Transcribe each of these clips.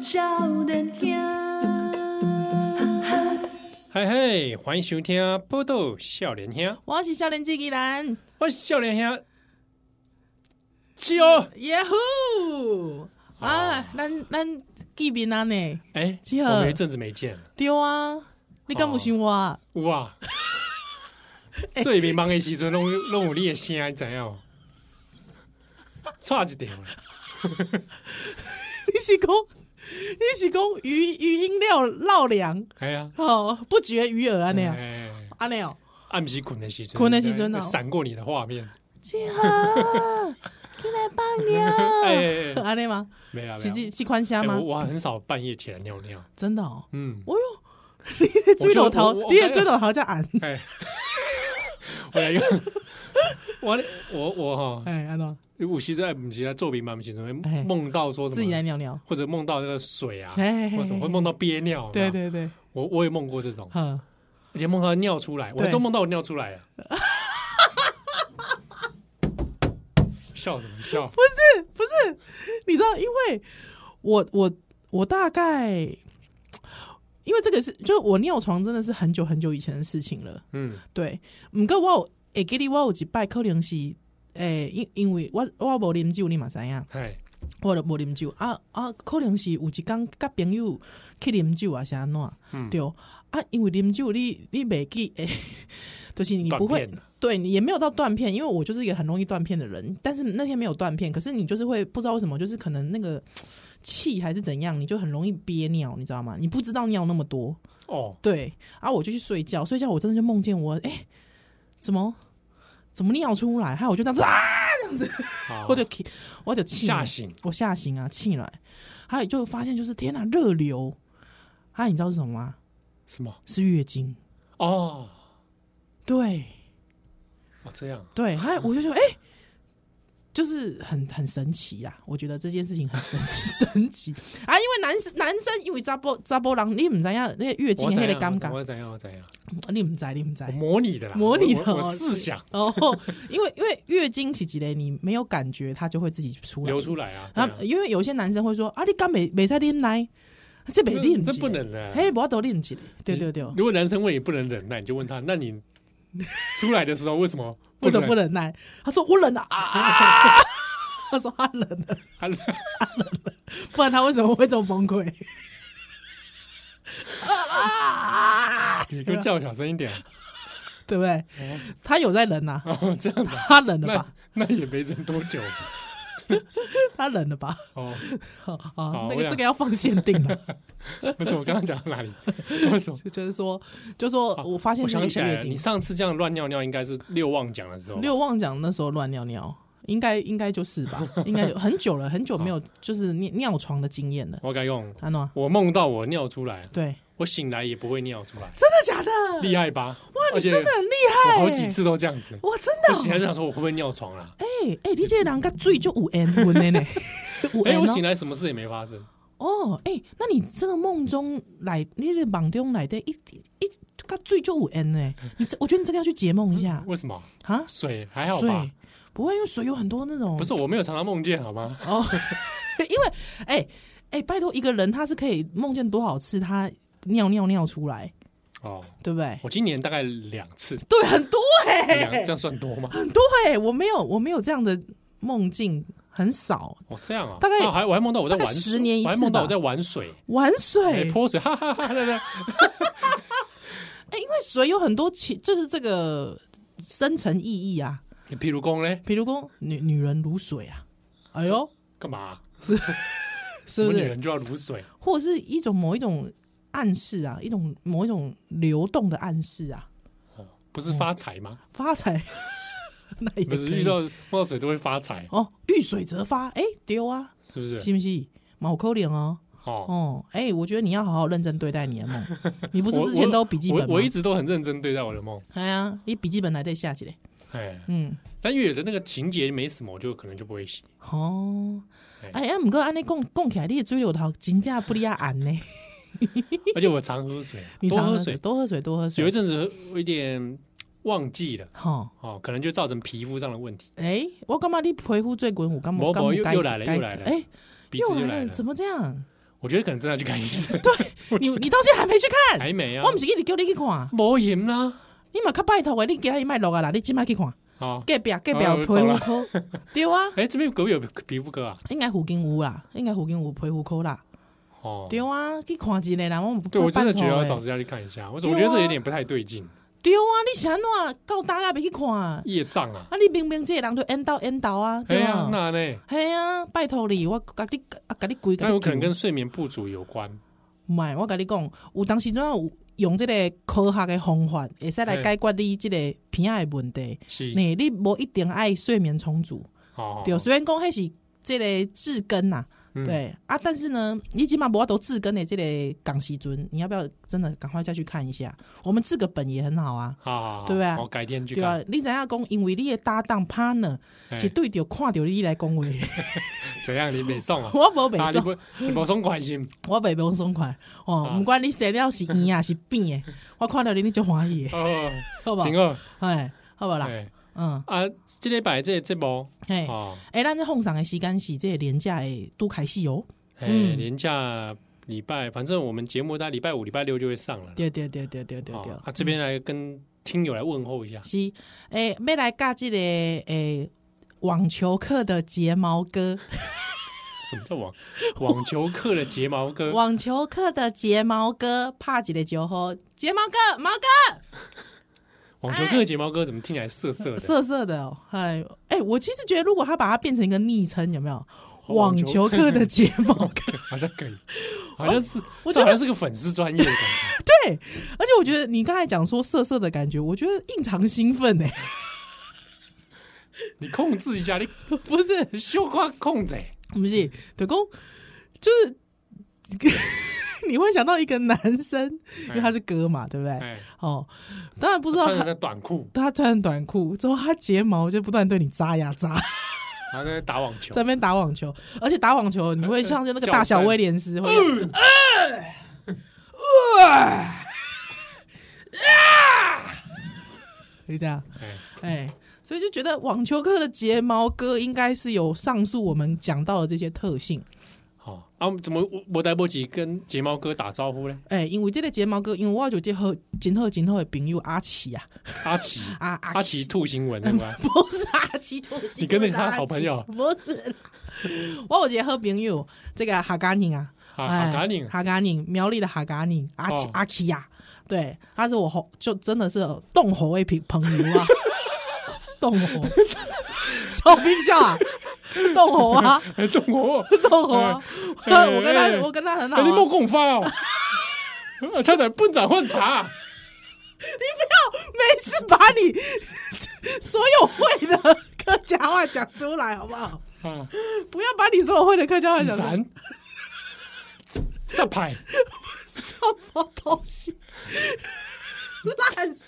少年兄，嗨嗨，欢迎收听《波豆笑脸兄》，我是少年机器人我是笑脸兄，基友， ，Yahoo！啊，咱咱见面啊呢？哎，基友我们有一阵子没见了，对啊，你敢不想我啊？ 哇！最迷茫的时阵，弄弄有你的声，你知影哦？差一点 了，你是讲你是讲余余音料绕梁哎呀，哦，不绝于耳安尼啊，哎，安尼哦，暗时困的时阵，睏的时阵哦闪过你的画 面，志豪，进来放尿，哎，安尼吗？没了，是没这了。是款哎声吗我？我很少半夜起来尿尿，真的哦，嗯，哦哟，你的我觉水龙得我头，我你的水龙头叫俺， 哎， 我来用，我我我哈，哎，安诺有时在不是在做兵嘛，不是会哎梦到说什么自己来尿尿，或者梦到那个水啊，哎，或什么会梦到憋尿，对有没有，对对，我我也梦过这种，嗯，而且梦到尿出来，我对都梦到我尿出来了， 笑什么笑？不是，你知道，因为我我我大概，因为这个是，就是我尿床真的是很久很久以前的事情了。嗯，对，唔过我诶，给你我有一摆可能是诶、因因为我我无啉酒，你嘛知影，哎，我就无啉酒啊啊，可能是有一天甲朋友去啉酒啊，是安怎？嗯对啊，因为啉酒你你袂记 诶。就是你不会断片了对你也没有到断片，因为我就是一个很容易断片的人。但是那天没有断片，可是你就是会不知道为什么，就是可能那个气还是怎样，你就很容易憋尿，你知道吗？你不知道尿那么多，哦，对啊，我就去睡觉，睡觉我真的就梦见我哎、怎么怎么尿出来，还有我就这样子啊，好我就气我就气吓醒，我吓醒啊，气来，还有就发现就是天哪、热流，啊，你知道是什么吗？什么？是月经，哦，对。哦这样，对，还有我就说，哎、就是很很神奇呀、我觉得这件事情很神神奇 啊，因为男生男生因为查波查波人，你唔知影那个月经我黑怎的样？尴尬，我怎样？我怎样？你唔知你唔知我。模拟的啦，模拟我的我我哦试想哦，因为因为月经是一个你没有感觉，它就会自己出来流。出来啊，对然啊后因为有些男生会说啊，你干没没在啉奶，啊这没这啉，嗯这不，能的。嘿，我都啉起来。对对对，如果男生问你不能忍耐，你就问他，那你出来的时候为什么为什么不能？忍耐？他说我忍了啊，他说他忍了。他 不然他为什么会这么崩溃？啊你给我叫小声 一点。对不对？他有在忍呐、哦，这样子啊，他忍了那吧？那也没忍多久。他忍了吧？哦，好好好，那我个想这个要放限定了，不是我刚刚讲到哪里？ 为什么？就就是说，就说我发现我是想起来月了，你经上次这样乱尿尿应该是六旺讲的时候。六旺讲那时候乱尿尿，应该应该就是吧？应该有很久了，很久没有就是尿尿床的经验了。我该用。安诺，我梦到我尿出来，对，我醒来也不会尿出来，真的假的？厉害吧？哇，而且真的很厉害、我好几，次都这样子。哇，真我的醒来就哦、想说，我会不会尿床了？哎哎，你这个人跟醉就有缘分的呢， 有哎，缘我哦醒。来什么事也没发生。哦，哎、那你这个梦中来，你的梦中来的一一一，它最就有恩呢。你这，我觉得你真的要去解梦一下为什么？啊。水嗯还好吧水？不会，因为水有很多那种不是，我没有常常梦见，好吗？哦， 因为哎哎、拜托一个人他是可以梦见多少次他尿尿尿出来，哦，对不对？我今年大概两次，对，很多哎、两这样算多吗？很多哎、我没有我没有这样的梦境，很少哦，这样啊，大概啊我还我还梦到我在大玩概十年一次我吧还梦到我在玩水，玩哎水。泼水，哈哈哈哈！对对，哎、因为水有很多其就是这个深层意义啊。你譬如公嘞，比如说女女人如水啊，哎呦，干嘛？是什不么女是？人就要如水？或者是一种某一种暗示啊，一种某一种流动的暗示啊，哦，不是发财吗？发财， 那也不是可以遇到梦到水都会发财，哦，遇水则发，哎、丢啊，是不是？信不信？毛扣脸哦，哦，哦，哎、我觉得你要好好认真对待你的梦，你不我是之前都有笔记本我我吗我？一直都很认真对待我的梦，哎呀，你笔记本来得下去嘞，哎，嗯，但越野的那个情节没什么，我就可能就不会 写。哦哎，哎呀，唔过安尼讲讲起来，你的水流头真正不离啊暗呢，而且我常喝水，你 多常喝喝水水，。多喝水，多喝有一水，阵子我有点忘记了，好、哦，可能就造成皮肤上的问题，哎、我干嘛你皮肤最滚？我干嘛没干嘛没又该又来了该又来了哎，鼻又子就来来了，了怎。么这样？我觉得可能真的要去看医 生，你你到现在还没去看？还没啊我，不是给你叫你去看，无盐啦，你嘛较拜托诶，你今仔日卖落啊啦，你即摆去看，哦，隔壁隔壁啊有我皮走了肤科， 对啊，哎，这边狗有皮肤科啊，应该附近有啦，应该附近有皮肤科啦，哦，对啊，去看一下啦，我们对我真的觉得要找对时间去看一下，我对总觉得这哦哎啊有点不太对劲，啊，你是安怎到大家别去看啊？业障啊，啊，你明明这个人就缘到缘到啊，哎对呀啊，，那呢，嘿啊，拜托你，我甲你啊甲你规甲那你有可能救跟睡眠不足有关，唔系，我甲你讲，有当时阵啊有用即个科学的方法，会使来解决你即个鼻仔的问题。是，你你无一定爱睡眠充足，哦，对，虽然讲迄是即个治根呐、嗯对啊，但是呢，你起码无法度治根的即个港时阵，你要不要真的赶快再去看一下？我们治个本也很好啊，好好好，对不对我改天去对啊看，，你知影讲，因为你的搭档 partner 哎是对着看着你来讲话，怎样你没送啊？ 我无啊，袂你爽，不你不送关 心，我袂袂爽快哦啊，毋管你生了是圆啊是扁的， 我看到你你就欢喜的，哦，好不好真？好，哎，好无啦？对嗯，啊，这礼拜这这波嘿，哦，哎，咱这奉上的时间是这个廉价的都开始哦，哎，嗯年假礼拜，反正我们节目在礼拜五、礼拜六就会上了，对对对对对对对哦，啊，这边来跟听友来问候一 下，是哎，要来教这个哎网球课的睫毛哥，什么叫网网球课的睫毛哥？网球课的睫毛哥，拍一个球后，睫毛哥，毛哥，哎网球课的睫毛哥怎么听起来涩涩的？色色的哦，哎哎，我其实觉得如果他把它变成一个昵称，有没有？网网球球课的睫毛哥， 好像可以，好像是，我这觉好得像是个粉丝专业的感觉。而且我觉得你刚才讲说色色的感觉，我觉得异常兴奋哎、你控制一下，你 不是，你羞夸控制。不是，就讲就是你会想到一个男生，因为他是哥嘛，对不对？哎，哦，当然不知道穿着他那短裤，他穿短裤之后，他睫毛就不断对你扎呀扎，然后在那打网球在，那边打网球，而且打网球你会像是那个大小威廉斯会。就这样，哎，哎，所以就觉得网球课的睫毛哥应该是有上述我们讲到的这些特性，好啊，怎么我我来不及跟睫毛哥打招呼呢？哎，因为这个睫毛哥，因为我有这好今后今后的朋友阿奇啊，阿奇，啊 阿阿奇吐新闻对 吧？不是阿奇土星，你跟那不是他阿好朋友奇不是啦，我有一个好朋友，这个哈嘎宁啊，啊，哎好赶紧，哈嘎宁，苗栗的哈嘎宁，阿奇哦阿奇呀，对，他是我吼，就真的是动吼一朋朋友啊， 动 吼，小冰 笑啊，动吼啊，哎，动 我，动吼啊，哎我跟哎他我跟他很好哎，你莫啊，共发 哦，啊他在笨展换茶，每次把你 所有会的客家话讲出来好不好？啊，不要把你所有会的客家话子讲出来。然， 上牌，什么东西？ 烂死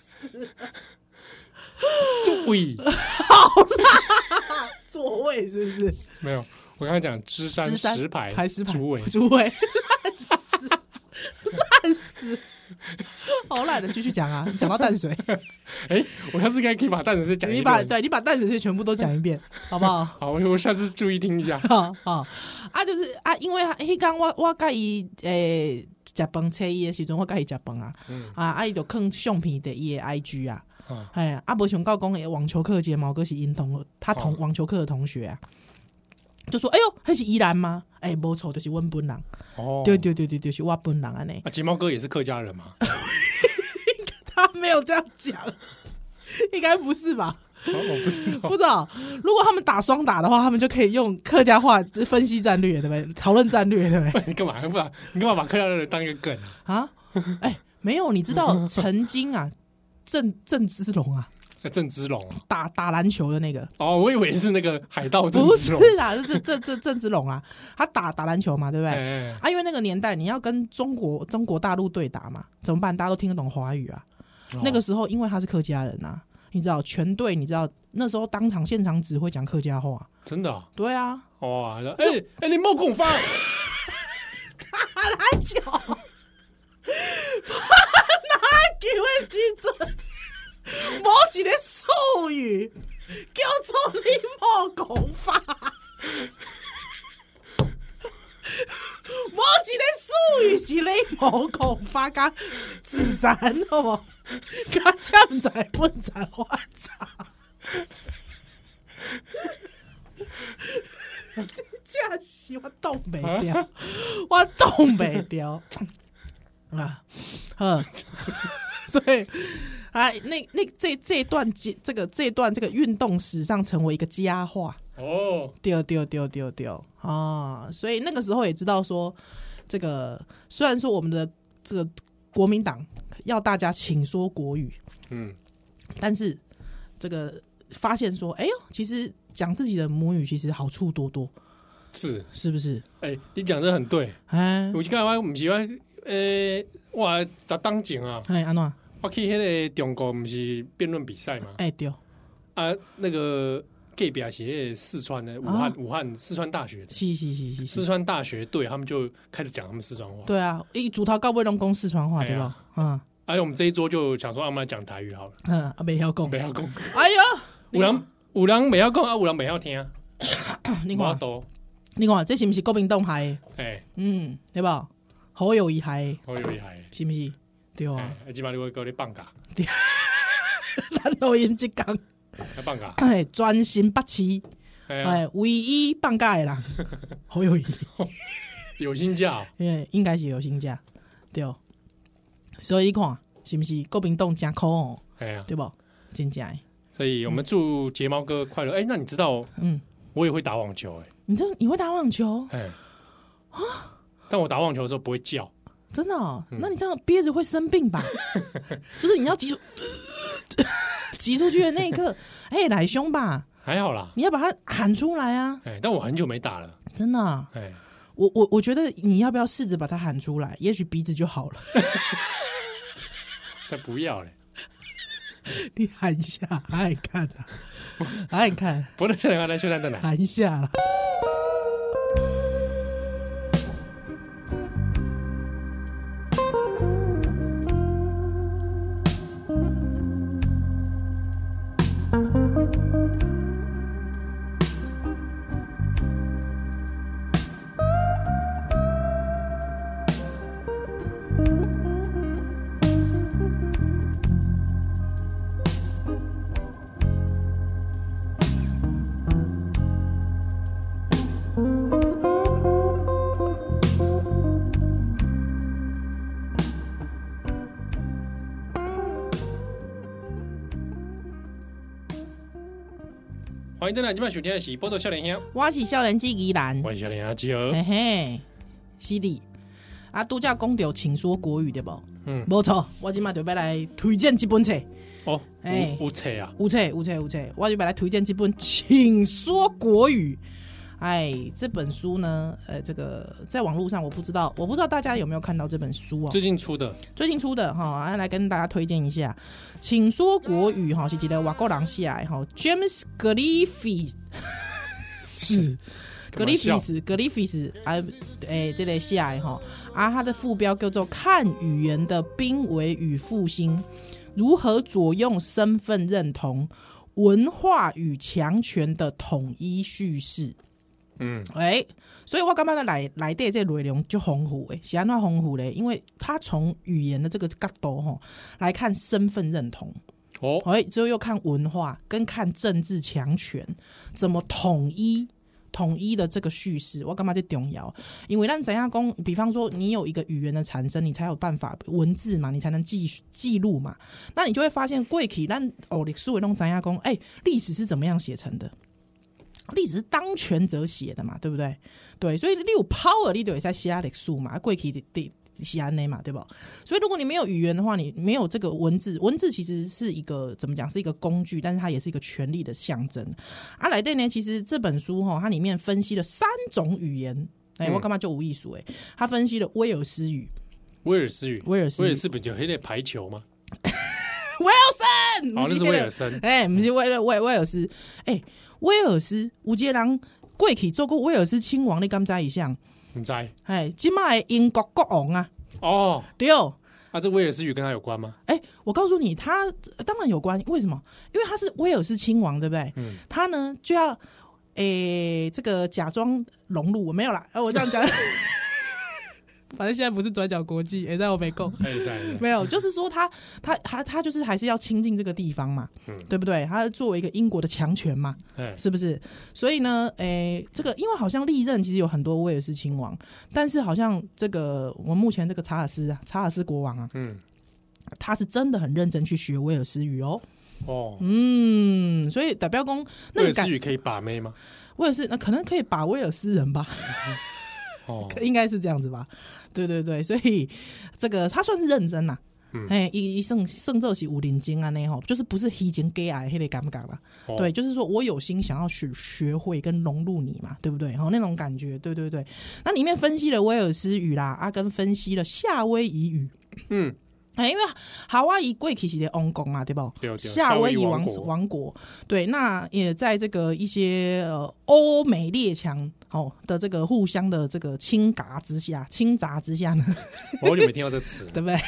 注意，座位是不是？没有，我刚才讲芝山芝山石牌，排石牌竹尾，主委，烂死，烂死，好懒的，继续讲啊！讲到淡水，哎，我下次应该可以把淡水再讲一你把遍。对你把淡水线全部都讲一遍，好不好？好，我我下次注意听一下。 好好啊，就是啊，因为迄天我我甲伊诶食饭车伊的时阵，我甲伊食饭啊，嗯啊啊伊就放相片伫伊的 IG 啊啊，哎啊无想到讲诶网球课的睫毛哥是因同他同哦网球课的同学啊，就说哎哟，迄是宜兰吗？哎，无错，就是阮本人，哦，对对对对对，是我本人安尼， 啊，睫毛哥也是客家人嘛？他没有这样讲，应该不是吧？哦我不知道不知道，如果他们打双打的话，他们就可以用客家话分析战略，对不对？讨论战略，对不 对？不然你干嘛？不然你干嘛把客家人当一个梗啊？啊，哎、没有，你 知道曾经啊，郑郑芝龙啊，啊郑芝龙啊打打篮球的那个，哦，我以为是那个海盗 郑不芝是啊龙。啦，是郑郑郑郑芝龙啊，他打打篮球嘛，对不对？哎，哎啊，因为那个年代你要跟中国中国大陆对打嘛，怎么办？大家都听得懂华语哦啊。那个时候，因为他是客家人啊，你知道全队，你知道那时候当场现场指挥讲客家话，真的啊对啊，哇！哎哎，你莫共发，篮球，拍篮球的时阵，某一个术语叫做“你莫讲法”，某一个是咧无恐发甲自然好无？甲欠在不在我操！真是我冻袂掉，我冻袂掉啊！呵， 所以啊，那那这这段这这个这段这个运动史上成为一个佳话。哦，丢丢丢丢丢啊！所以那个时候也知道说，这个虽然说我们的这个国民党要大家请说国语，嗯，但是这个发现说，哎呦，其实讲自己的母语其实好处多多，是，是不是？哎、你讲的很对。哎有一间我毋是我，诶、我十当前啊，哎，安诺，我去迄个中国毋是辩论比赛嘛，哎丢，啊，那个隔壁是迄个四川的武汉、啊武汉四川大学的是是是是四是，川大学队，他们就开始讲他们四川话。对啊，一主头到尾拢讲四川话哎呀对吧？嗯而且啊我们这一桌就想说，啊，我们来讲台语好了，嗯，啊，袂晓讲不，要讲，哎呦，五郎五郎不要讲啊，五郎不要听，你我看都你看，这是不是国民党害的？哎，嗯，对吧？好友谊害的，好有厉害，是不是？对啊。哎，起码你会搞你放假， 咱录音即工，，要放假哎，专心北市，哎呀，哎，唯一放假的人， 好有意有薪假哦，义，应该是有薪假，对。哦所以你看，是不是国民党真苦哦，哎呀，对不？真正的，所以我们祝睫毛哥快乐。哎，那你知道嗯，我也会打网球，哎。你这你会打网球，哎，啊但我打网球的时候不会叫，真的、哦？那你这样憋着会生病 吧？就是你要急出， 急出去的那一 刻，哎，来凶吧，还好啦。你要把它喊出来啊！哎，但我很久没打了。真的啊、哎，我我我觉得你要不要试着把它喊出来？也许鼻子就好了。才不要嘞！ 你喊一下，爱看啊， 爱看，不能这样来，就在那 来。喊一下啦。欢迎登来，今晚收听的是《波多笑脸香》，我是少年之宜兰，我是笑脸阿吉儿。嘿嘿，是的。啊，度假公到请说国语对不？嗯，没错，我今嘛就要来推荐这本册，哦，哎有有册啊，有册有册有册，我就要来推荐这本《请说国语》。哎，这本书呢，呃，这个在网络上我不知道，我不知道大家有没有看到这本书哦。最近出的。最近出的哈，啊来跟大家推荐一下，请说国语哈，是记得瓦够狼下来哈，James Griffith 是。格干里嘛菲笑斯，格里菲斯，啊，哎、这类下来哈，啊，它的副标叫做《看语言的濒危与复兴：如何左右身份认同、文化与强权的统一叙事》。嗯，哎、所以我感觉来来底这内容就丰富诶，是安怎丰富嘞？因为他从语言的这个角度吼来看身份认同，哦，哎、之后又看文化，跟看政治强权怎么统一。统一的这个叙事，我干嘛这重要？因为咱怎样讲，比方说你有一个语言的产生，你才有办法文字嘛，你才能记记录嘛。那你就会发现，贵体咱哦历史为弄怎样讲，哎、历史是怎么样写成的？历史是当权者写的嘛，对不对？对，所以你有 power，你就会在写历史嘛，贵体得写安内嘛，对吧？所以如果你没有语言的话，你没有这个文字，文字其实是一个怎么讲，是一个工具，但是它也是一个权力的象征。阿莱顿呢，其实这本书哈、它里面分析了三种语言。哎、我干嘛就无意思哎？他分析了威尔斯语、威尔斯语，威尔斯语威尔斯不就黑的排球吗？ Wilson，哦，那是为威了 尔森。哎、不是为了威威尔斯，哎、威尔斯有一个人过去做过威尔斯亲王，你敢知一项？你猜？哎，即卖英国国王啊，哦，对哦。啊，这威尔斯语跟他有关吗？哎、我告诉你，他呃当然有关，为什么？因为他是威尔斯亲王，对不对？嗯他呢就要，哦哎、这个假装融入，我没有啦，呃，我这样讲， 反正现在不是转角国际，也在我北贡。哎，是啊是啊没有，就是说他他他他就是还是要亲近这个地方嘛，嗯对不对？他作为一个英国的强权嘛，哎，是不是？所以呢，诶、这个因为好像历任其实有很多威尔士亲王，但是好像这个我们目前这个查尔斯啊，查尔斯国王啊，嗯，他是真的很认真去学威尔士语哦。哦，嗯，所以代表公那威个尔感士，语可以把妹吗？威尔士那可能可以把威尔斯人吧， 哦，应该是这样子吧？对对对，所以这个他算是认真啦、嗯哎、一一圣圣咒是五零经啊，那吼，就是不是黑金 gay 癌，黑的敢不敢啦？哦对，，就是说我有心想要去学会跟融入你嘛，对不对？然后那种感觉，对对对。那里面分析了威尔斯语啦，阿、啊、根分析了夏威夷语，嗯，哎、因为夏威夷贵其实的王宫嘛，对不？对对夏威夏威夷夷王王国王国，对，那也在这个一些呃欧美列强哦的这个互相的这个倾轧之下，倾轧之下呢，。我 好久没听到这词 对不对？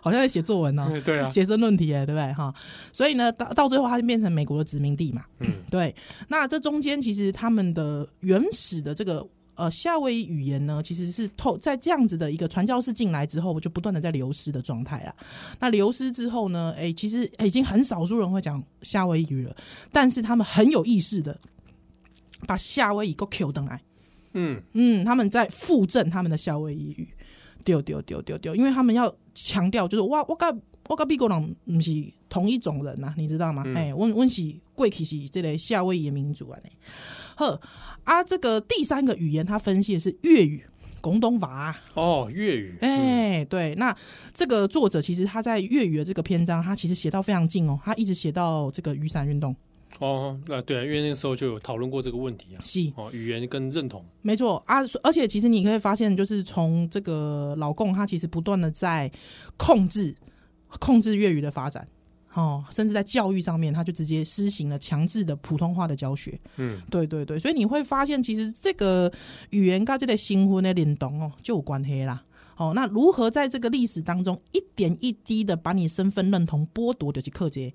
好像在写作文呢、哦哎 对啊，写申论题耶，对不对哈？所以呢，到到最后，它就变成美国的殖民地嘛。嗯，对，那这中间其实他们的原始的这个呃夏威夷语言呢，其实是透在这样子的一个传教士进来之后，就不断的在流失的状态啦。那流失之后呢，哎、其实已经很少数人会讲夏威夷语了，但是他们很有意识的把夏威夷给 Q 登来，嗯，嗯，他们在附赠他们的夏威夷语，丢丢丢丢丢，因为他们要强调就是哇，我跟我跟美国人不是同一种人呐、你知道吗？哎、我我是贵去是这类夏威夷的民族啊呢。呵啊，这个第三个语言，他分析的是粤语。广东话， 啊哦，粤语，哎、对，那这个作者其实他在粤语的这个篇章，他其实写到非常近哦，他一直写到这个雨伞运动，哦，那对啊，因为那个时候就有讨论过这个问题啊。是哦，语言跟认同，没错啊，所而且其实你可以发现，就是从这个老共他其实不断的在控制控制粤语的发展，哦，甚至在教育上面，他就直接施行了强制的普通话的教学。嗯，对对对，所以你会发现，其实这个语言跟这个新婚的联动哦就有关系啦。哦，那如何在这个历史当中一点一滴的把你身份认同剥夺就是克节？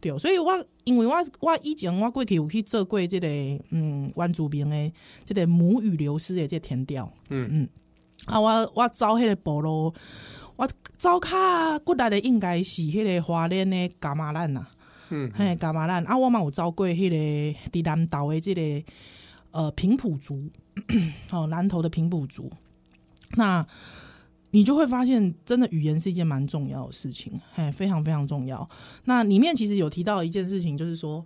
对哦，所以我因为我我以前我过去有去做过这个嗯原住民的这个母语流失的这个填调，嗯嗯，啊我我走迄个部落，我走较骨力的应该是迄个华联的伽马兰啊呐。嘿，噶嘛咱啊，我嘛有走过迄、个伫南岛的即、个呃平埔族，哦，南投的平埔族，那你就会发现，真的语言是一件蛮重要的事情，嘿，非常非常重要。那里面其实有提到一件事情，就是说，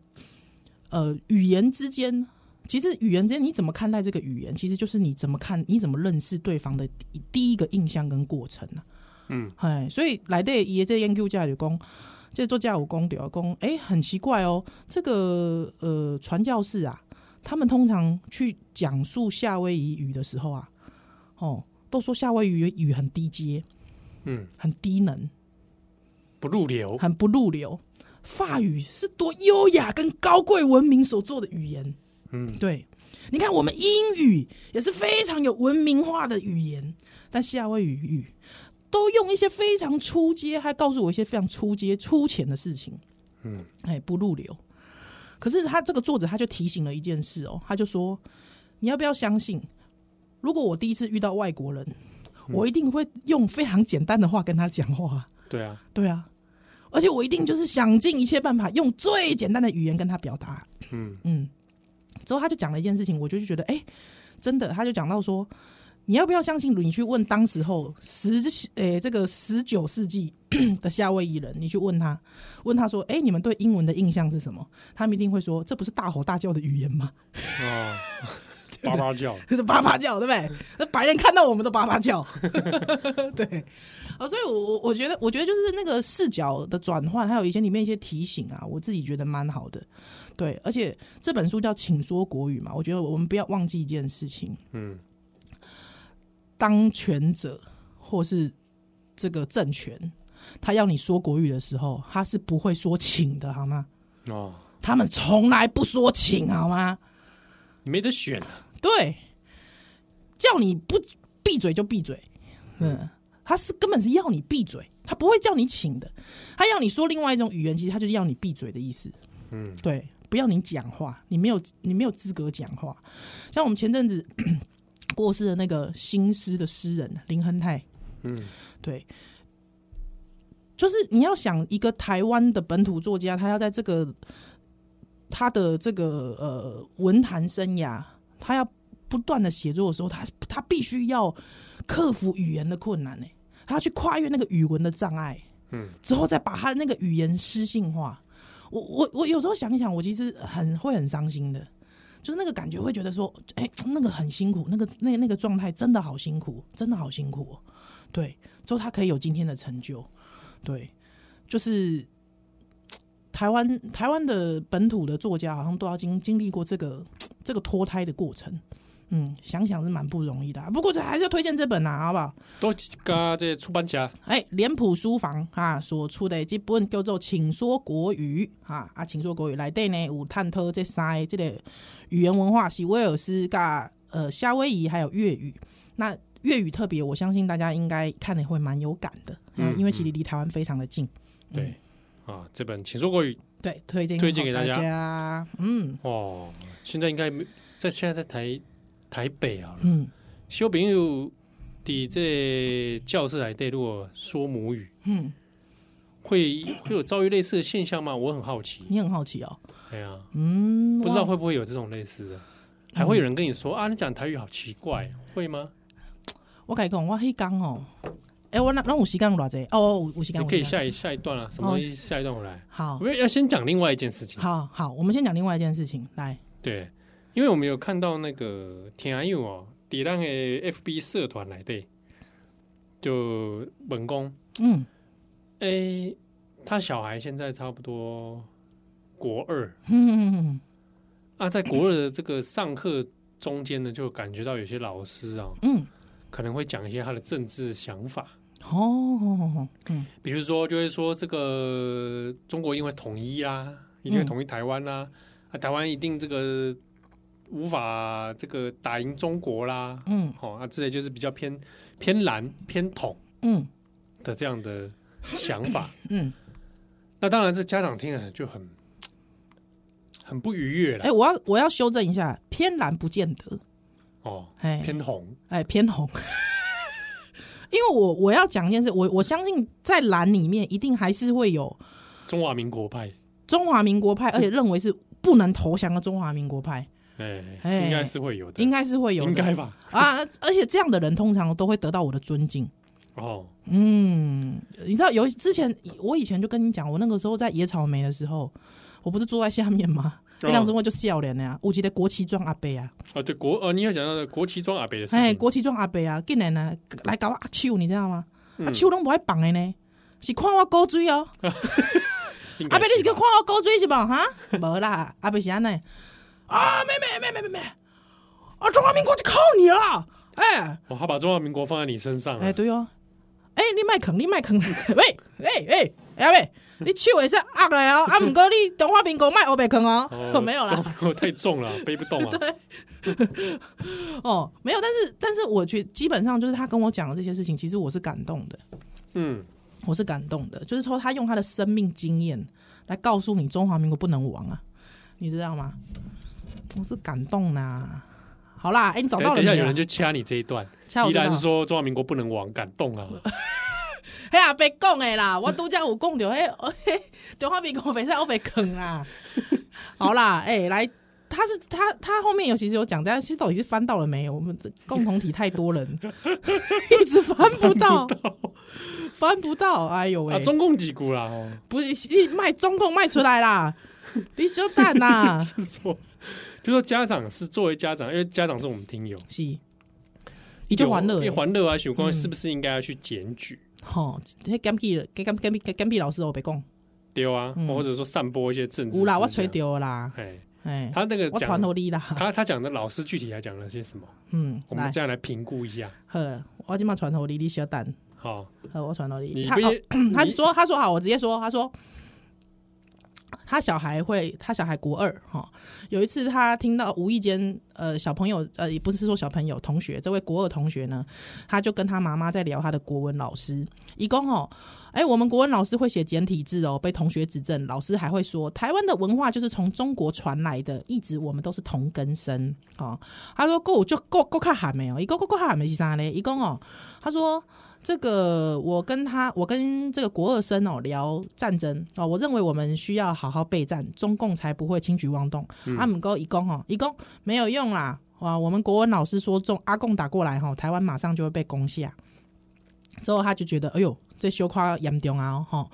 呃，语言之间。其实语言之间你怎么看待这个语言，其实就是你怎么看、你怎么认识对方的第第一个印象跟过程啊。嗯，哎，所以来的伊这研究家就讲，这作家有讲到讲，哎、很奇怪哦，这个呃传教士啊，他们通常去讲述夏威夷语的时候啊，哦，都说夏威夷语很低阶，嗯，很低能，不入 流，很不入流。法语是多优雅跟高贵文明所做的语言，嗯，对。你看，我们英语也是非常有文明化的语言，但夏威夷语都用一些非常出街，还告诉我一些非常出街、粗浅的事情。嗯，哎，不入流。可是他这个作者他就提醒了一件事哦，他就说：你要不要相信？如果我第一次遇到外国人，嗯我一定会用非常简单的话跟他讲话。对啊，对啊，而且我一定就是想尽一切办法，用最简单的语言跟他表达。嗯嗯，之后他就讲了一件事情，我就觉得，哎、真的，他就讲到说，你要不要相信？你去问当时候十，诶、这个十九世纪 的夏威夷人，你去问他，问他说，哎、你们对英文的印象是什么？他们一定会说，这不是大吼大叫的语言吗？哦，叭叭叫，就是 叭叭叫，对不对？那白人看到我们都叭叭叫， 对啊，所以我我我觉得，我觉得就是那个视角的转换，还有一些里面一些提醒啊，我自己觉得蛮好的。对，而且这本书叫《请说国语》嘛，我觉得我们不要忘记一件事情：嗯当权者或是这个政权，他要你说国语的时候，他是不会说请的，好吗？哦，他们从来不说请，好吗？你没得选啊，对，叫你不闭嘴就闭嘴，嗯，他是根本是要你闭嘴，他不会叫你请的，他要你说另外一种语言，其实他就是要你闭嘴的意思，嗯，对，不要你讲话，你没有你没有资格讲话。像我们前阵子 过世的那个新诗的诗人林亨泰，嗯，对，就是你要想一个台湾的本土作家，他要在这个他的这个呃文坛生涯，他要不断的写作的时候，他他必须要克服语言的困难呢、欸他要去跨越那个语文的障碍，嗯，之后再把他那个语言诗性化。我我我有时候想一想，我其实很会很伤心的，就是那个感觉会觉得说，哎、那个很辛苦，那个那那个状态真的好辛苦，真的好辛苦、哦。对，之后他可以有今天的成就，对，就是嘖台湾台湾的本土的作家好像都要经经历过这个嘖这个脱胎的过程，嗯，想想是蛮不容易的啊、不过这还是要推荐这本啊，好不好？都加这出版社，哎，脸谱书房啊所出的这本叫做《请说国语》啊啊，请说国语来底呢有探讨这三个这个语言文化是威尔斯噶呃夏威夷还有粤语。那粤语特别，我相信大家应该看了会蛮有感的，嗯因为其实离台湾非常的近。对啊，这本《请说国语》对，推荐推荐给大大家家。嗯哦，现在应该没在现在在台台北啊，嗯小朋友伫这教室来对，如果说母语，嗯，会会有遭遇类似的现象吗？我很好奇。你很好奇哦。哎呀、嗯，不知道哇嗯会不会有这种类似的，还会有人跟你说啊，你讲台语好奇怪，会吗？我跟你讲，我迄讲哦，哎、我那那有时间有偌济哦，有有时间你可以有时间下一下一段啊，什哦么东西下一段我来，好我。们要先讲另外一件事情。好好，我们先讲另外一件事情，来，对，因为我们有看到那个田安佑哦，抵浪的 FB 社团来对，就本宫嗯， 诶，他小孩现在差不多国二嗯啊，在国二的这个上课中间呢，就感觉到有些老师啊，嗯，可能会讲一些他的政治想法。哦，嗯比如说就会说这个中国因为统一啦、一定会统一台湾啦、啊，嗯台湾一定这个无法这个打赢中国啦，嗯哦啊之类就是比较偏偏蓝偏统嗯的这样的想 法。嗯，那当然，这家长听了就很很不愉悦哎、了、我要我要修正一下，偏蓝不见得，哦，哎、偏红，哎、偏红， 因为我我要讲一件事，我我相信在蓝里面一定还是会有中华民国派，中华民国嗯派，而且认为是不能投降的中华民国派，哎、哎是应该是会有的，应该是会有的，应该吧？啊，而且这样的人通常都会得到我的尊敬。哦，嗯，你知道有之前我以前就跟你讲，我那个时候在野草莓的时候，我不是坐在下面吗？那两中我就笑脸了呀，有一个国旗装阿伯啊，啊，对国呃，你有讲到的国旗装阿北的事情，哎，国旗装阿伯啊，竟然呢来搞我阿手，你知道吗？嗯阿手拢不爱绑的呢，是看我高追哦，应该阿伯你是是去吧看我高追是吧？哈，无啦， 阿伯是安尼啊，妹妹妹妹妹妹，啊，中华民国就靠你了，哎哦，他把中华民国放在你身上啊了哎，对哦，哎，你卖坑，你卖坑， 喂喂喂，阿伯，你手也是压来哦，啊，毋过你中华民国卖欧白坑哦，哦， 没有啦中。华民国太重了，背不动 啊。哦，没有，但是但是我觉得基本上就是他跟我讲的这些事情，其实我是感动的，嗯，我是感动的，就是说他用他的生命经验来告诉你中华民国不能亡啊，你知道吗？我是感动呐、好啦，哎、你找等到了等一下没啊有人就掐你这一段， 掐我依这然段。啊说中华民国不能亡，感动啊。嘿啊，别讲的啦，我拄则有讲着嘿，嘿，中华民国袂使我被坑啦。好啦，哎、来，他是他他后面有其实有讲，但是到底是翻到了没有？我们的共同体太多人， 一直翻不到，翻不到，哎呦 喂，啊，中共几股啦？ 哦，，不是你卖中共卖出来啦，你小蛋 呐是说，就说家长是作为家长，因为家长是我们听友，是，伊就欢乐有因为欸，欢乐啊，许光嗯是不是应该要去检举？吼，迄甘碧甘甘甘碧甘碧老师哦我别讲，丢啊，嗯或者说散播一些政治。有啦，我吹。掉啦，哎，哎，他那个我讲传，互你啦，他他讲的老师具体还讲了些什么？嗯，我来们。这样来评估一下。好，我今嘛传头你，你小等，好，好，我传头你。你他不哦也，他你说他说好，我直接说，他说他小孩会，他小孩国二哈、有一次他听到无意间，呃，小朋友，呃，也不是说小朋友，同学，这位国二同学呢，他就跟他妈妈在聊他的国文老师，一共哦，哎，我们国文老师会写简体字哦，被同学指正，老师还会说，台湾的文化就是从中国传来的，一直我们都是同根生哦。他说够就够够看喊没有，一共够够喊没是啥嘞？一共哦，他说。这个我跟他，我跟这个国二生哦聊战争哦，我认为我们需要好好备战，中共才不会轻举妄动。阿姆哥一共哦，一共没有用啦。哇，我们国文老师说中阿共打过来哈、哦，台湾马上就会被攻下。之后他就觉得，哎呦，这羞夸严重啊！哈、哦，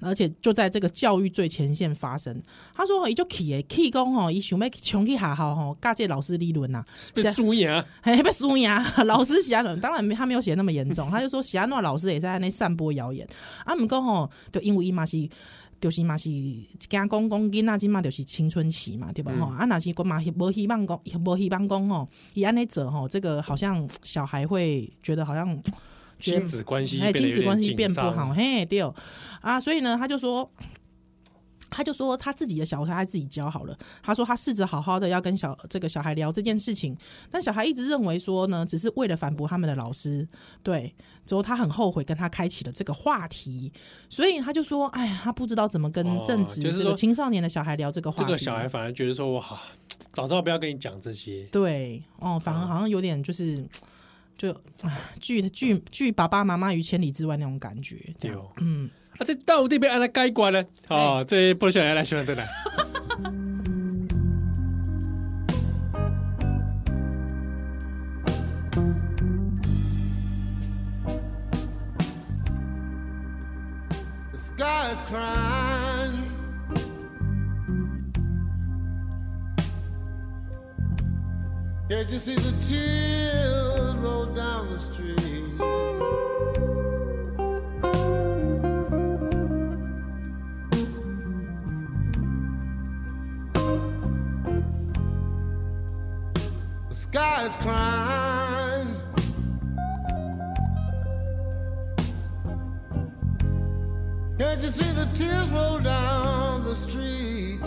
而且就在这个教育最前线发生。他说，伊就气诶，气讲吼，伊想要穷去下校吼，甲这老师理论呐、被输赢啊，嘿，被输呀！老师喜安诺，当然没他没有写那么严重，他就说喜安诺老师也在那散播谣言。啊，毋过吼，就因为伊嘛是。就是嘛是，惊讲讲囡仔即嘛就是青春期嘛，对吧？吼、啊，若是讲嘛无希望讲，无希望讲吼，伊安尼做吼，这个好像小孩会觉得好像觉得亲子关系哎，变得有亲子点关系紧变不张好，嘿，对哦啊，所以呢，他就说。他就说他自己的小孩他自己教好了。他说他试着好好的要跟小这个小孩聊这件事情，但小孩一直认为说呢，只是为了反驳他们的老师。对，之后他很后悔跟他开启了这个话题，所以他就说：“哎呀，他不知道怎么跟哦正值就是这个说青少年的小孩聊这个话题。这个小孩反而觉得说，我好，早知道不要跟你讲这些。对哦，反嗯而好像有点就是。就 唉拒拒拒爸爸妈妈于千里之外那种感觉，这对样哦，嗯。哎啊，这到底被安来改观呢？哦，这不小来来喜欢在哪？ The sky is crying. Can't you see the tears roll down the street? The sky is crying. Can't you see the tears roll down the street?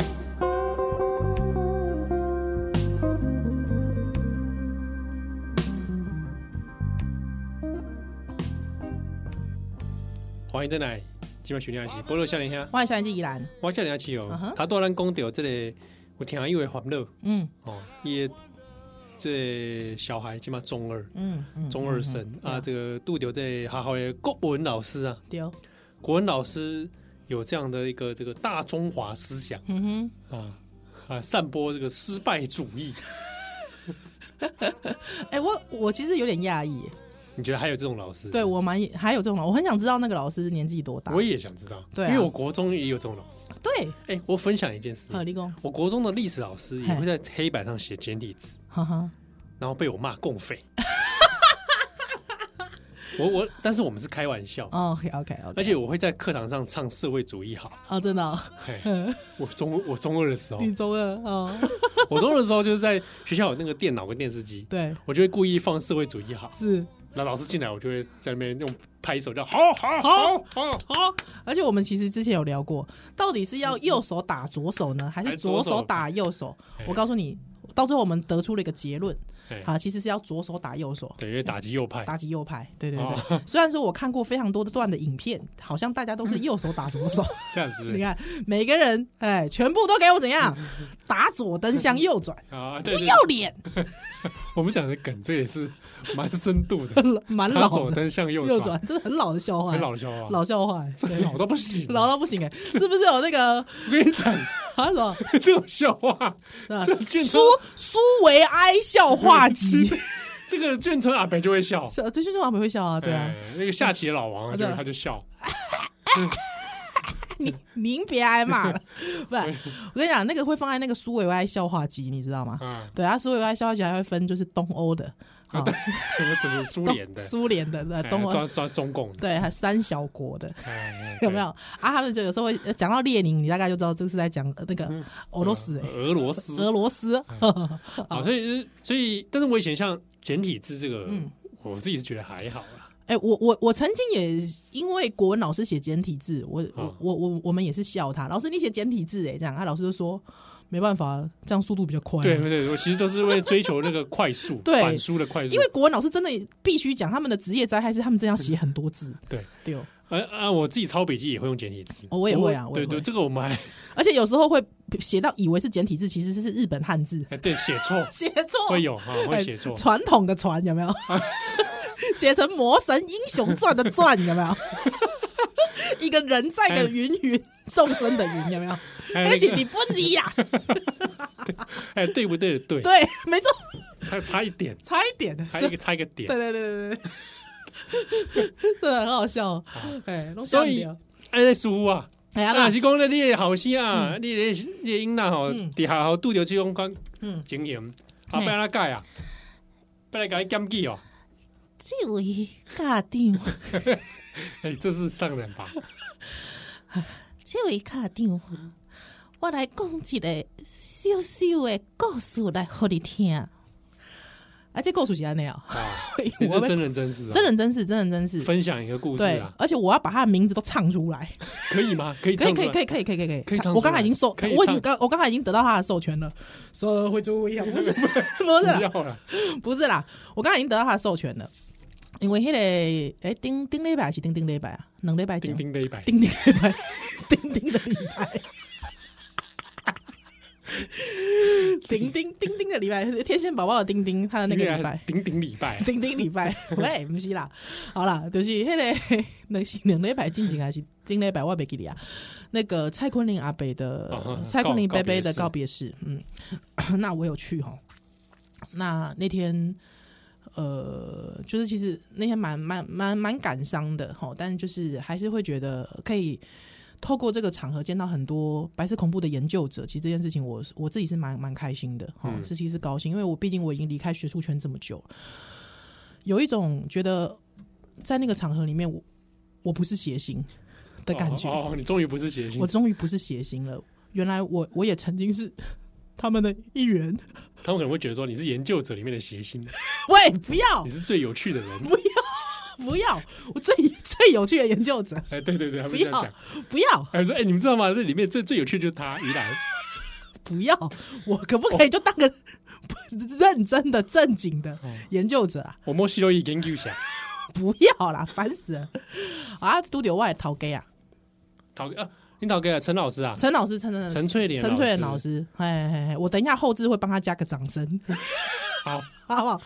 欢迎在哪？今晚选爱是波罗少年兄，欢迎下一季依兰，我少年去嗯哦哼。他多咱讲到这个，我听伊为欢乐嗯哦，伊这个小孩起码中二，嗯嗯，中二生啊，这个杜丢在好好的国文老师啊，丢，国文老师有这样的一个这个大中华思想嗯哼，啊啊，散播这个失败主义。哎、我我其实有点讶异耶，你觉得还有这种老师？对啊我蛮还有这种老，我很想知道那个老师年纪多大，我也想知道，对啊因为我国中也有这种老师。对，哎、我分享一件事情呃，立功，我国中的历史老师也会在黑板上写简体字，哈哈，然后被我骂共 匪。我我，但是我们是开玩笑，哦，OK OK，而且我会在课堂上唱社会主义好。哦，真的哦、 嘿我中我中二的时候，你中二 哦，我中二的时候就是在学校有那个电脑跟电视机，对，我就会故意放社会主义好，是，那老师进来我就会在那边用拍手叫好好好好好，而且我们其实之前有聊过，到底是要右手打左手呢，还是还是左左手手打右手？我告诉你，到最后我们得出了一个结论，哎啊，其实是要左手打右手，对，因为打击右派，打击右派，对对哦对。虽然说我看过非常多的段的影片，好像大家 都是右手打左手，这样子你看每个人哎，全部都给我怎样打左灯向右转，啊，不嗯对对要，脸， 我们讲的梗这也是蛮深度的，蛮他老左的灯向右右转，转，真的很老的笑话，很老的笑话，老笑话，这对老到不行，老到不行哎，是不是有那个我跟你讲，啊什么这种笑话，啊这建苏成苏维埃笑话 集？这个眷村阿北就会笑，是啊对，就是我们会笑啊，对啊，哎，那个下棋的老王啊对就是他就笑，您您别挨骂哎了，不然我跟你讲，那个会放在那个苏维埃笑话集，你知道吗？啊，对啊，苏维埃消息还会分，就是东欧的，啊，什么什么苏东联 的，苏联的，对，哎东欧，抓抓中共的，对，还有三小国的，哎 有没有？？啊，他们就有时候会呃讲到列宁，你大概就知道这是在讲呃那个俄罗斯、对欸，哎俄罗斯，俄罗斯，嗯啊，所以就是所以，但是我以前像简体字这个，嗯我自己是觉得还好啦。 啊哎、我我我曾经也因为国文老师写简体字，我啊我我我我们也是笑他，老师你写简体字哎，这样啊，老师就说没办法，这样速度比较快、啊。对对对，我其实都是为了追求那个快速， 对板书的快速因。为国文老师真的必须讲他们的职业灾害是他们真的要写很多字。对对哦，啊啊，我自己抄笔记也会用简体字，哦我也会啊我对也会对，这个我们还，而且有时候会写到以为是简体字，其实是日本汉字 哎对写错写错会有哈，会写错哎。传统的传有 没有？写成《魔神英雄传》的传有没有？一个人在个云云众生的云有没有？哎还有而那且你个不 理呀、哎对不对的对，对，没错，还差一 点，差一点的，还有这一个 差一个点对。对对对对对， 真的很好笑哦，哎，弄啊所以笑不了哎，那疏忽啊，哎呀，啊，那是讲咧，你的后生啊，你的你的囡仔吼，嗯底下吼拄着这种款嗯经验，啊，嘿要安怎改啊？要来甲你检举哦，这位家长，哎，这是上人吧？这位家长，我来讲一个小小的故事来互你听。啊，这故事是安尼哦，啊， 我这要是真人真事啊，真人真事，真人真事，分享一个故事对啊，，而且我要把他的名字都唱出来，可以吗？可以可以唱出可以来，可以可以可以可以可以唱出来我刚才已经授，可以唱我已经刚我刚才已经得到他的授权了。社会主义啊，不是不是 不啦要 了，不是啦，我刚才已经得到他的授权了，因为迄、个诶顶顶礼拜还是顶顶礼拜啊，两礼拜前钉钉的一百，钉钉的礼拜，钉钉的礼 拜，钉钉钉钉的礼拜，天线宝宝的钉钉，他的那个礼拜，钉钉礼拜，啊钉钉礼拜， 喂，不是啦，好啦，就是迄、个，那是两礼拜进前还是顶礼拜，我袂记得啊。那个蔡坤林阿北的、啊哈蔡坤林告贝贝的告告别式，嗯， 那我有去吼。那那天，呃，就是其实那天蛮蛮蛮蛮感伤的吼，但就是还是会觉得可以透过这个场合见到很多白色恐怖的研究者，其实这件事情我我自己是蛮蛮开心的哈，嗯是其实是高兴，因为我毕竟我已经离开学术圈这么久，有一种觉得在那个场合里面我我不是谐星的感觉，哦，哦你终于不是谐星我，终于不是谐星了，原来我我也曾经是他们的一 员，他们可能会觉得说你是研究者里面的谐星，喂，不要你是最有趣的人。不要，我最最有趣的研究者，哎，对对对，他不们这样要讲。不要还说，哎，你们知道吗？这里面最最有趣的就是他，宜兰。不要，我可不可以就当个 认真的正经的哦研究者啊？我莫西都已研究下，不要啦，烦死了！啊，都丢外逃给啊，陶啊，你陶给啊，陈老师啊，陈老师，陈陈陈翠莲老师陈翠莲老师，哎哎哎，我等一下后置会帮他加个掌声， 好好不好？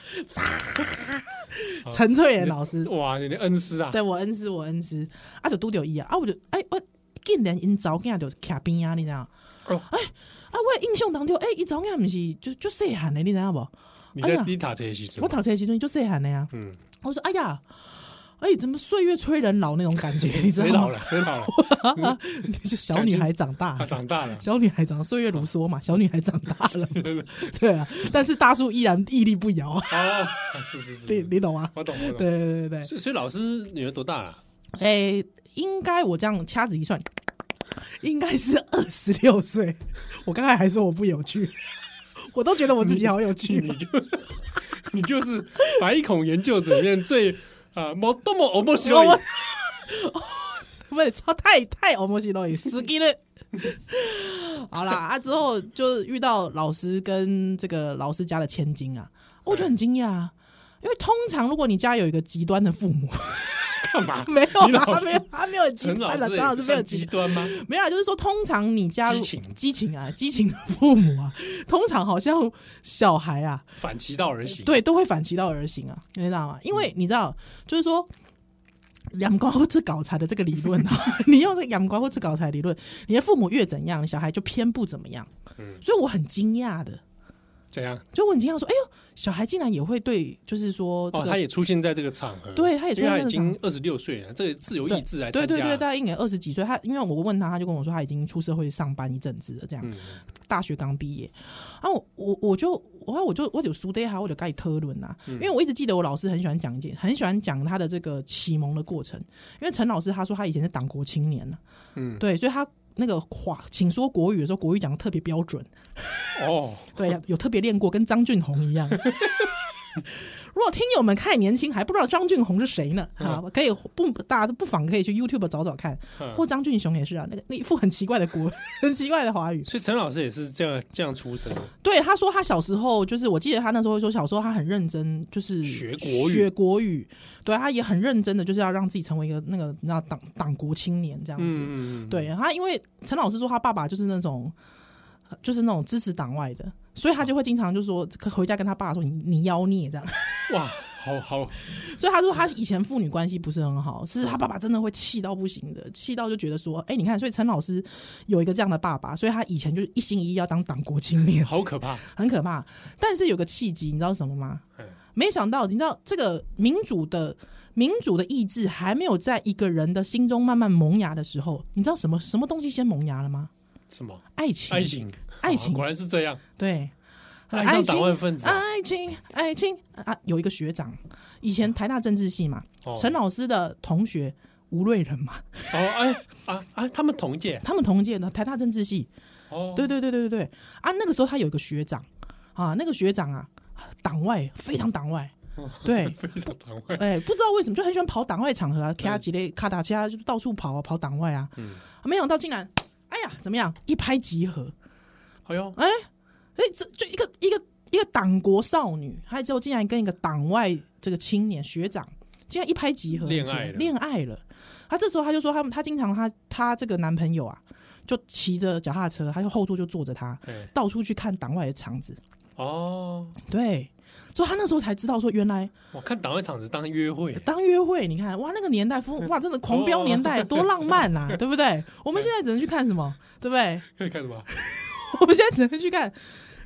陈翠莲老师，哇，你的恩师啊，对我恩师，我恩师，啊就都丢伊啊，啊我就哎我竟然因早囝就徛边啊，你知道？哎哦啊，我的印象当中，哎，伊早囝毋是就就细汉的，你知道无？你哎在呀低塔这些时我阵，读册的时阵就细汉的啊，嗯，我说哎呀，哎怎么岁月催人老那种感觉， 你知道谁吗？老了，谁老了，就小女孩长大他了。长嗯大了，小女孩长岁月如梭嘛，小女孩长大了， 对啊，但是大叔依然屹立不摇啊，哦，是是你是，你懂吗？我懂我对懂。对对对，所以所以老师女儿多大啊了？诶、应该我这样掐指一算，应该是二十六岁。我刚才还说我不有趣，我都觉得我自己好有趣你就 你就是白孔研究者里面最啊，某多么欧莫西我罗我，不是超太太欧莫西罗 伊死给了。好啦，啊之后就遇到老师跟这个老师家的千金啊，我就很惊讶啊，因为通常如果你家有一个极端的父母，干嘛？ 没有你啊，老他师没有，他没有很极陈老端的，师陈也哎老不师没有算极极端吗？没有啊，就是说，通常你加入激情激情啊，激情的父母啊，通常好像小孩啊，反其道而行，，对，都会反其道而行啊，你知道吗？嗯因为你知道，就是说。阳光或吃搞财的这个理论啊， 你用这个阳光或吃搞财理论，你的父母越怎样，你小孩就偏不怎么样。嗯所以我很惊讶的，怎样？就我很惊讶说，哎呦，小孩竟然也会对，就是说这哦，个、他也出现在这个场合，对他也出现因在为他这个已场合经二十六岁了，这个自由意志来对参对加对，了，大概应该二十几岁。他因为我问他，他就跟我说他已经出社会上班一阵子了，这样。嗯，大学刚毕业，啊，我我我就我我就我有书对哈，我就盖特论呐，嗯因为我一直记得我老师很喜欢讲一件，很喜欢讲他的这个启蒙的过程，因为陈老师他说他以前是党国青年呐、啊嗯对，所以他那个话，请说国语的时候，国语讲的特别标准，哦， 对，有特别练过，跟张俊宏一样。如果听友们太年轻还不知道张俊宏是谁呢，啊，可以不大家不妨可以去 YouTube 找找看，嗯或张俊雄也是啊，那个那一副很奇怪的国， 很奇怪的华语。所以陈老师也是这样这样出身的，对，他说他小时候就是，我记得他那时候说小时候他很认真，就是学国语学国语。对，他也很认真的，就是要让自己成为一个那个你知道党党国青年这样子。嗯，嗯，对，他因为陈老师说他爸爸就是那种，就是那种支持党外的，所以他就会经常就说回家跟他爸说你你妖孽这样。 嗯哇，好好，所以他说他以前父女关系不是很好，是他爸爸真的会气到不行的，气到就觉得说，哎、你看，所以陈老师有一个这样的爸爸，所以他以前就是一心一意要当党国 青年，好可怕，很可怕。但是有个契机，你知道什么吗嗯？没想到，你知道这个民主的民主的意志还没有在一个人的心中慢慢萌芽的时候，你知道什么什么东西先萌芽了吗？什么爱情，爱，情？爱情啊果然是这样，对，爱上党外情，分子啊，爱情，爱情啊！有一个学长，以前台大政治系嘛，嗯哦陈老师的同学吴瑞仁嘛， 哦，哎啊啊，他们同届他们同届的台大政治系，哦，，对对对对对对啊！那个时候他有一个学长啊，那个学长啊，党外非常党外，对哦 非常党外，哎，不知道为什么就很喜欢跑党外场合啊，卡几类卡达加就到处跑啊，跑党外啊，嗯啊没想到竟然，哎呀，怎么样，一拍即合，哎呦，哎，这就一个一个一个党国少女，还之后竟然跟一个党外这个青年学长，竟然一拍即合，恋爱了恋爱了。她这时候她就说，他们她经常她她这个男朋友啊，就骑着脚踏车，她就后座就坐着她，哎到处去看党外的场子。哦，对，所以她那时候才知道说，原来我看党外场子当约会，当约会，你看哇，那个年代，夫哇，真的狂哦飙年代，多浪漫啊，对不对？我们现在只能去看什么，对不对？可以干什么？ 我们现在只能去看，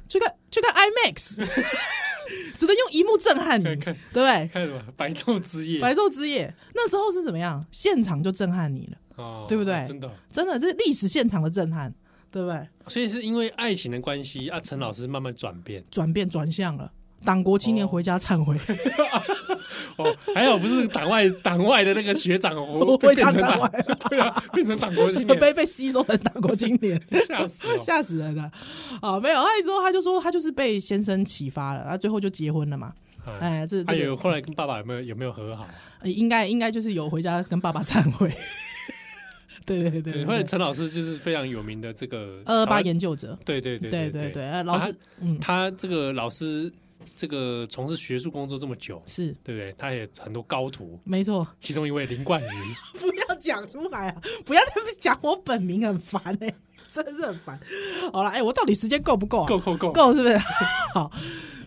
去看，去看 IMAX，只能用一幕震撼你，看对看不对？看什么？白昼之夜，白昼之夜那时候是怎么样？现场就震撼你了，哦对不对真的，真的，这是历史现场的震撼，对不对？所以是因为爱情的关系啊，陈老师慢慢转变转变转向了，党国青年回家忏 悔，哦，还好不是党外 党外的那个学长， 我我被回变家成忏党，悔，对啊，变成党国青年， 被被吸收成党国青 年。吓死了，吓死人了！啊，没有，他之后他就说他就是被先生启发了，他最后就结婚了嘛。哎。哎，这还这有个后来跟爸爸有没有有没有和好？呃应该应该就是有回家跟爸爸忏悔。 对对对对，对后来对，陈老师就是非常有名的这个二台八湾研究者，对对对对对对对，呃老师，嗯，他这个老师，这个从事学术工作这么久，是对不对？他也很多高徒，没错，其中一位林冠宇， 不要讲出来啊！不要再讲我本名，很烦哎、 真的是很烦。好了，哎、我到底时间够不够啊？够够够，够是不 是？好，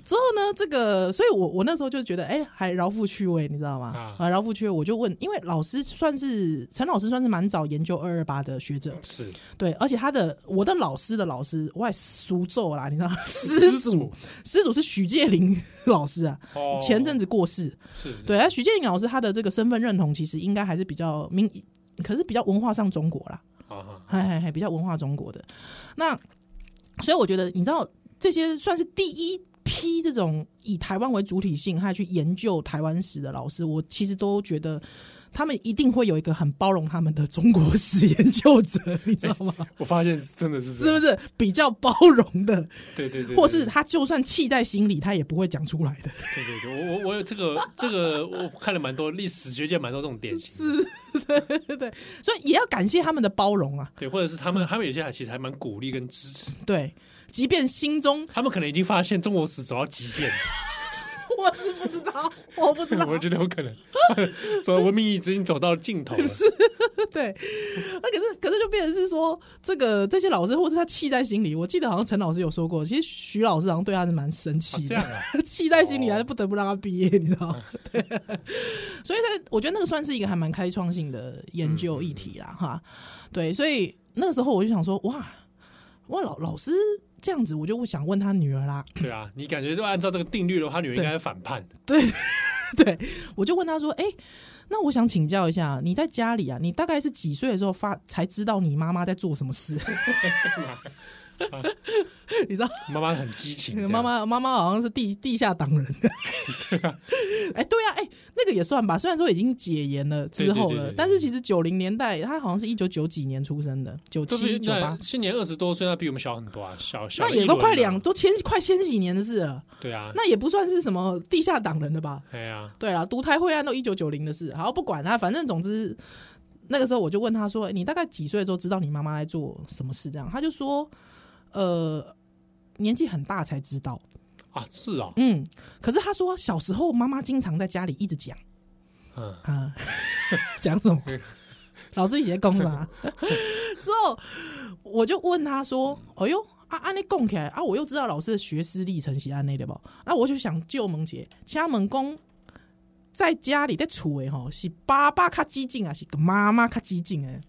之后呢，这个，所以我我那时候就觉得，哎、还饶富趣味，你知道吗？啊啊，饶富趣味，我就问，因为老师算是陈老师算是蛮早研究二二八的学者，是对，而且他的我的老师的老师，我也苏州啦，你知道吗，知 师足祖，师祖是许介林老师啊，哦 前阵子过世，是对，那许建宁老师他的这个身份认同其实应该还是比较明，可是比较文化上中国啦，啊哈嘿嘿嘿，比较文化中国的。那所以我觉得，你知道这些算是第一批这种以台湾为主体性，还有去研究台湾史的老师，我其实都觉得。他们一定会有一个很包容他们的中国史研究者，你知道吗？ 我发现真的是是这不样，是比较包容的，对对对，对或是他就算气在心里，他也不会讲出来的？对对对，我我我有这个这个，我看了蛮多历史学界蛮多这种典型的，所以也要感谢他们的包容啊！对，或者是他们他们有些还其实还蛮鼓励跟支持，对，即便心中他们可能已经发现中国史走到极限了， 我是不知道， 我不知道。我觉得有可能， 走文明已经走到尽头了，对， 那可是可是就变成是说，这个这些老师或是他气在心里。我记得好像陈老师有说过，其实徐老师好像对他是蛮生啊气这的，样啊， 气在心里，还是不得不让他毕业，你知道？ 对，所以他我觉得那个算是一个还蛮开创性的研究议题嗯啦，哈。对，所以那个时候我就想说，哇哇老老师这样子，我就想问他女儿啦，对啊，你感觉就按照这个定律的话，他女儿应该是反叛的， 对，我就问他说：“哎、那我想请教一下，你 在家里啊，你大概是几岁的时候发才知道你妈妈在做什么事？你知道妈妈很激情这样，妈妈妈妈好像是地地下党人， 对啊，哎对啊，哎那个也算吧，虽然说已经解严了之对对后对了对，对但是其实九零年代他好像是一九九几年出生的，九对不对七九八那，新年二十多岁，那比我们小很多啊，小小那了也一都轮快了两都千快千禧年的事了，对啊，那也不算是什么地下党人了吧？哎呀，对啦，独胎会啊案都一九九零的事，好不管啦，反正总之那个时候我就问他说：“你大概几岁的时候知道你妈妈在做什么事？”这样他就说：“呃，年纪很大才知道。啊是哦”，嗯，可是他说小时候妈妈经常在家里一直讲嗯，啊， 讲 什么？老子以前供啥？ 之后我就问他说：“哎呦。”啊，安尼供起来啊，我又知道老师的学思历程是安内的不？那我就想救萌姐，请问讲在家里在厝诶吼，是爸爸较激进啊，是个妈妈较激进诶。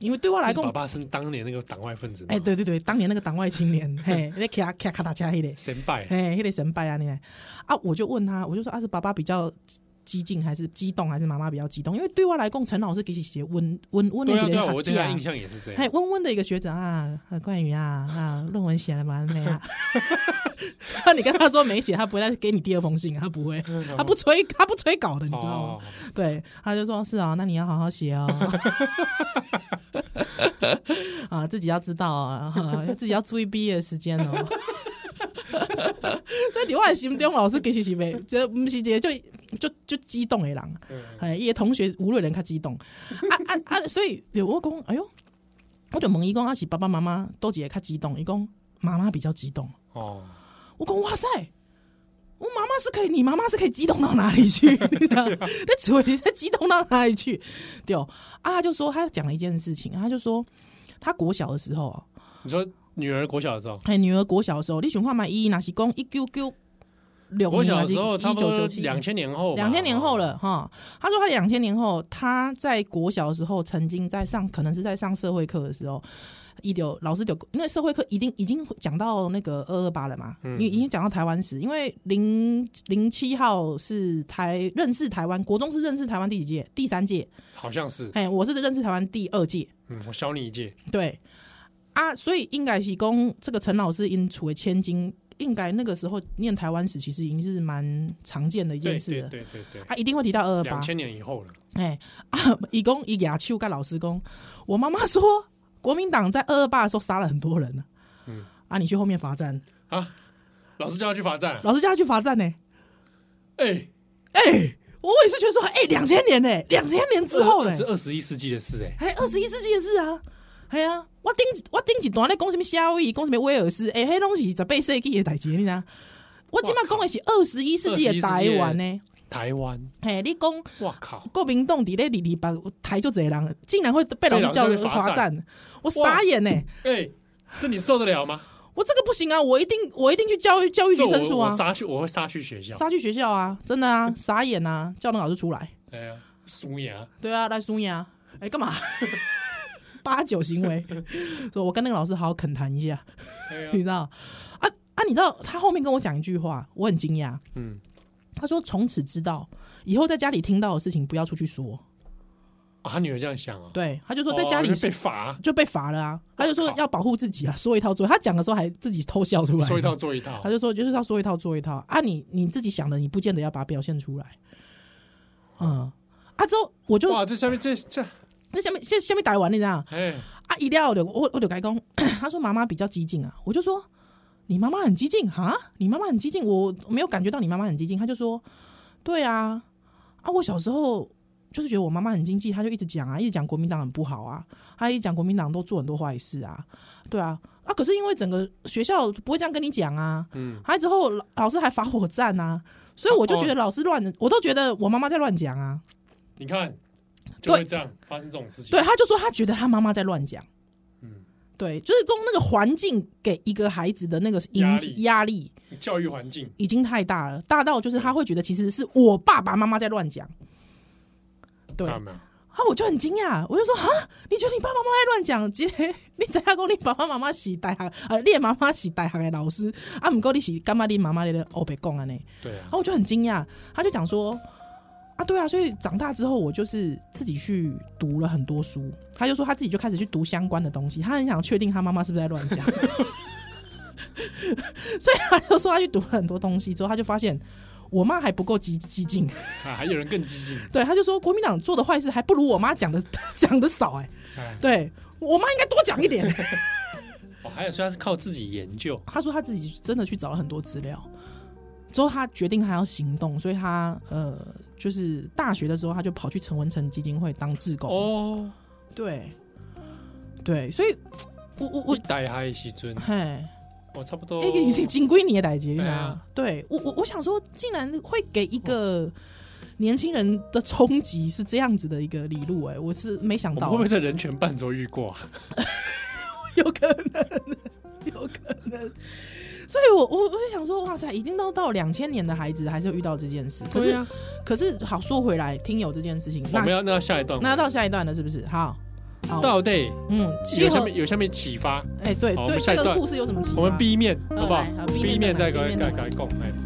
因为对我来你讲嗯爸，爸是当年那个党外分子嘛，哎、对对对，当年那个党外青年，嘿，那卡卡卡达加黑嘞，先拜，嘿，黑嘞神拜啊你，啊，我就问他，我就说啊，是爸爸比较激进，还是激动，还是妈妈比较激动？因为对我来讲，陈老师给起写温温温的对啊几对啊，个我对学他啊印，象也是这嘿，样，温温的一个学长啊，啊关于啊啊，论文写了吗？没 啊？ 那你跟他说没写，他不会再给你第二封信啊，他不 会，嗯他不催，他不催稿的，你知道吗？哦，对，他就说：“是啊，那你要好好写哦， 啊，自己要知道啊，啊自己要注意毕业时间哦。” 所以你我的心中老师其实是没，这不是一个就就就激动的人，哎，伊的同学无论人较激动，啊啊啊！所以就我讲，哎哟，我就问伊讲，啊是爸爸妈妈都一个较激动，伊讲妈妈比较激动。哦，我讲哇塞，我妈妈是可以，你妈妈是可以激动到哪 里去？你知道那只会在激动到哪里去？对哦，啊，他就说他讲了一件事情，他就说他国小的时候啊，你说女儿国小的时候，哎，女儿国小的时候，你想看嘛，伊那是讲一九九六国年小还的是时候差一不九多九七两千年后吧，两千年后哦，了哈。他说他两千年后，他在国小的时候曾经在上，可能是在上社会课的时候，一丢老师丢，因为社会课一定已经讲到那个二二八了嘛，嗯因为已经讲到台湾史，因为零零七号是台认识台湾，国中是认识台湾第几届？第三届，好像是，哎，我是认识台湾第二届，嗯，我小你一届，对啊，所以应该是讲这个陈老师因处为千金。应该那个时候念台湾史，其实已经是蛮常见的一对件事对了。对对对，啊，一定会提到二二八两。千年以后了，哎、啊，伊讲伊牙手跟老师讲，我妈妈说国民党在二二八的时候杀了很多人呢、嗯啊，你去后面罚站，啊，老师叫他去罚站，老师叫他去罚站呢、哎，哎、我也是觉得说，哎、两千年呢、两千年之后呢、这二十一世纪的事，哎，哎，二十一世纪的事啊，哎呀、啊，我顶我顶一段咧讲什么夏威夷，讲什么威尔士，哎、迄拢是十八世纪的代志，你知道？我今麦讲的是二十一世纪的台湾呢、台湾，嘿、你讲哇 靠，国民党伫咧里里把台就这人，竟然会被老师叫被老师罚罚站站，我傻眼呢、哎，这你受得了吗？我这个不行啊！我一定我一定去教育教育这局申诉我我啊，杀去，嗯我会杀去学校，杀去学校啊，真的啊，傻眼啊，叫那老师出来，哎呀，苏牙，对啊，来输你啊，哎，干嘛？ 八九行为，说我跟那个老师好好恳谈一下，哎呀你，知道？啊啊，你知道他后面跟我讲一句话，我很惊讶，嗯，他说从此知道以后在家里听到的事情不要出去说，啊，他女儿这样想啊，对，他就说在家里哦因为被罚，就被罚了啊，他就我说靠要保护自己啊，说一套做一套，他讲的时候还自己偷笑 出来，说一套做一套他，就说就是要说一套做一套啊你，你自己想的，你不见得要把它表现出来。嗯，啊之后我就哇，这下面这这，那下面下下面打完你知道吗哎，啊，一料的我我就改讲， 他说妈妈比较激进啊，我就说你妈妈很激进哈，你妈妈很激进，我没有感觉到你妈妈很激进，他就说对啊啊，我小时候。就是觉得我妈妈很经济，他就一直讲啊，一直讲国民党很不好啊，他一直讲国民党都做很多坏事啊，对啊，啊，可是因为整个学校不会这样跟你讲啊，嗯，还之后老老师还罚我站啊，所以我就觉哦得老师乱，我都觉得我妈妈在乱讲啊。你看就会这样发生这种事情，对，，他就说他觉得他妈妈在乱讲，嗯，对，就是用那个环境给一个孩子的那个因压力压力教育环境，已经太大了，大到就是他会觉得其实是我爸爸妈妈在乱讲。对看啊到，没有？我就很惊讶，我就说啊，你觉得你爸爸妈妈在乱讲？姐，你怎样讲你爸爸妈妈是大学呃，你的妈妈是大学的老师啊？不过你是干嘛？你妈妈在咧黑白讲安尼？对啊然，后我就很惊讶，他就讲说：“啊，啊，对啊，所以长大之后，我就是自己去读了很多书。他就说他自己就开始去读相关的东西，他很想确定他妈妈是不是在乱讲， 所以他就说他去读了很多东西之后，他就发现我妈还不够激激进，啊，还有人更激进，对，他就说国民党做的坏事还不如我妈讲的讲的少、哎，哎，对我妈应该多讲一点。哦，还有说他是靠自己研究，他说他自己真的去找了很多资料，之后他决定他要行动，所以他呃，就是大学的时候他就跑去陈文成基金会当志工。哦，对，对，所以我我我我，大海的时阵，嘿，哎、我哦差不多，已经金龟你也逮劫对啊啊！哦对我我我想说，竟然会给一个年轻人的冲击是这样子的一个礼物，哎，我是没想我到们会，不会在人权半轴遇过啊？有可能，有可能。所以我，我我就想说，哇塞，已经到到两千年的孩子，还是有遇到这件事。可对是，啊，可是好说回来，听友这件事情，我那们要那下一段，那到下一段了，是不是？好，好，到底嗯，有契下合，面有下面启发，哎，对好我对，们下一这个段故事有什么启发？我们 B 面嗯好不好来好？B 面 B 面再再来改 B 面再改改来讲，哎。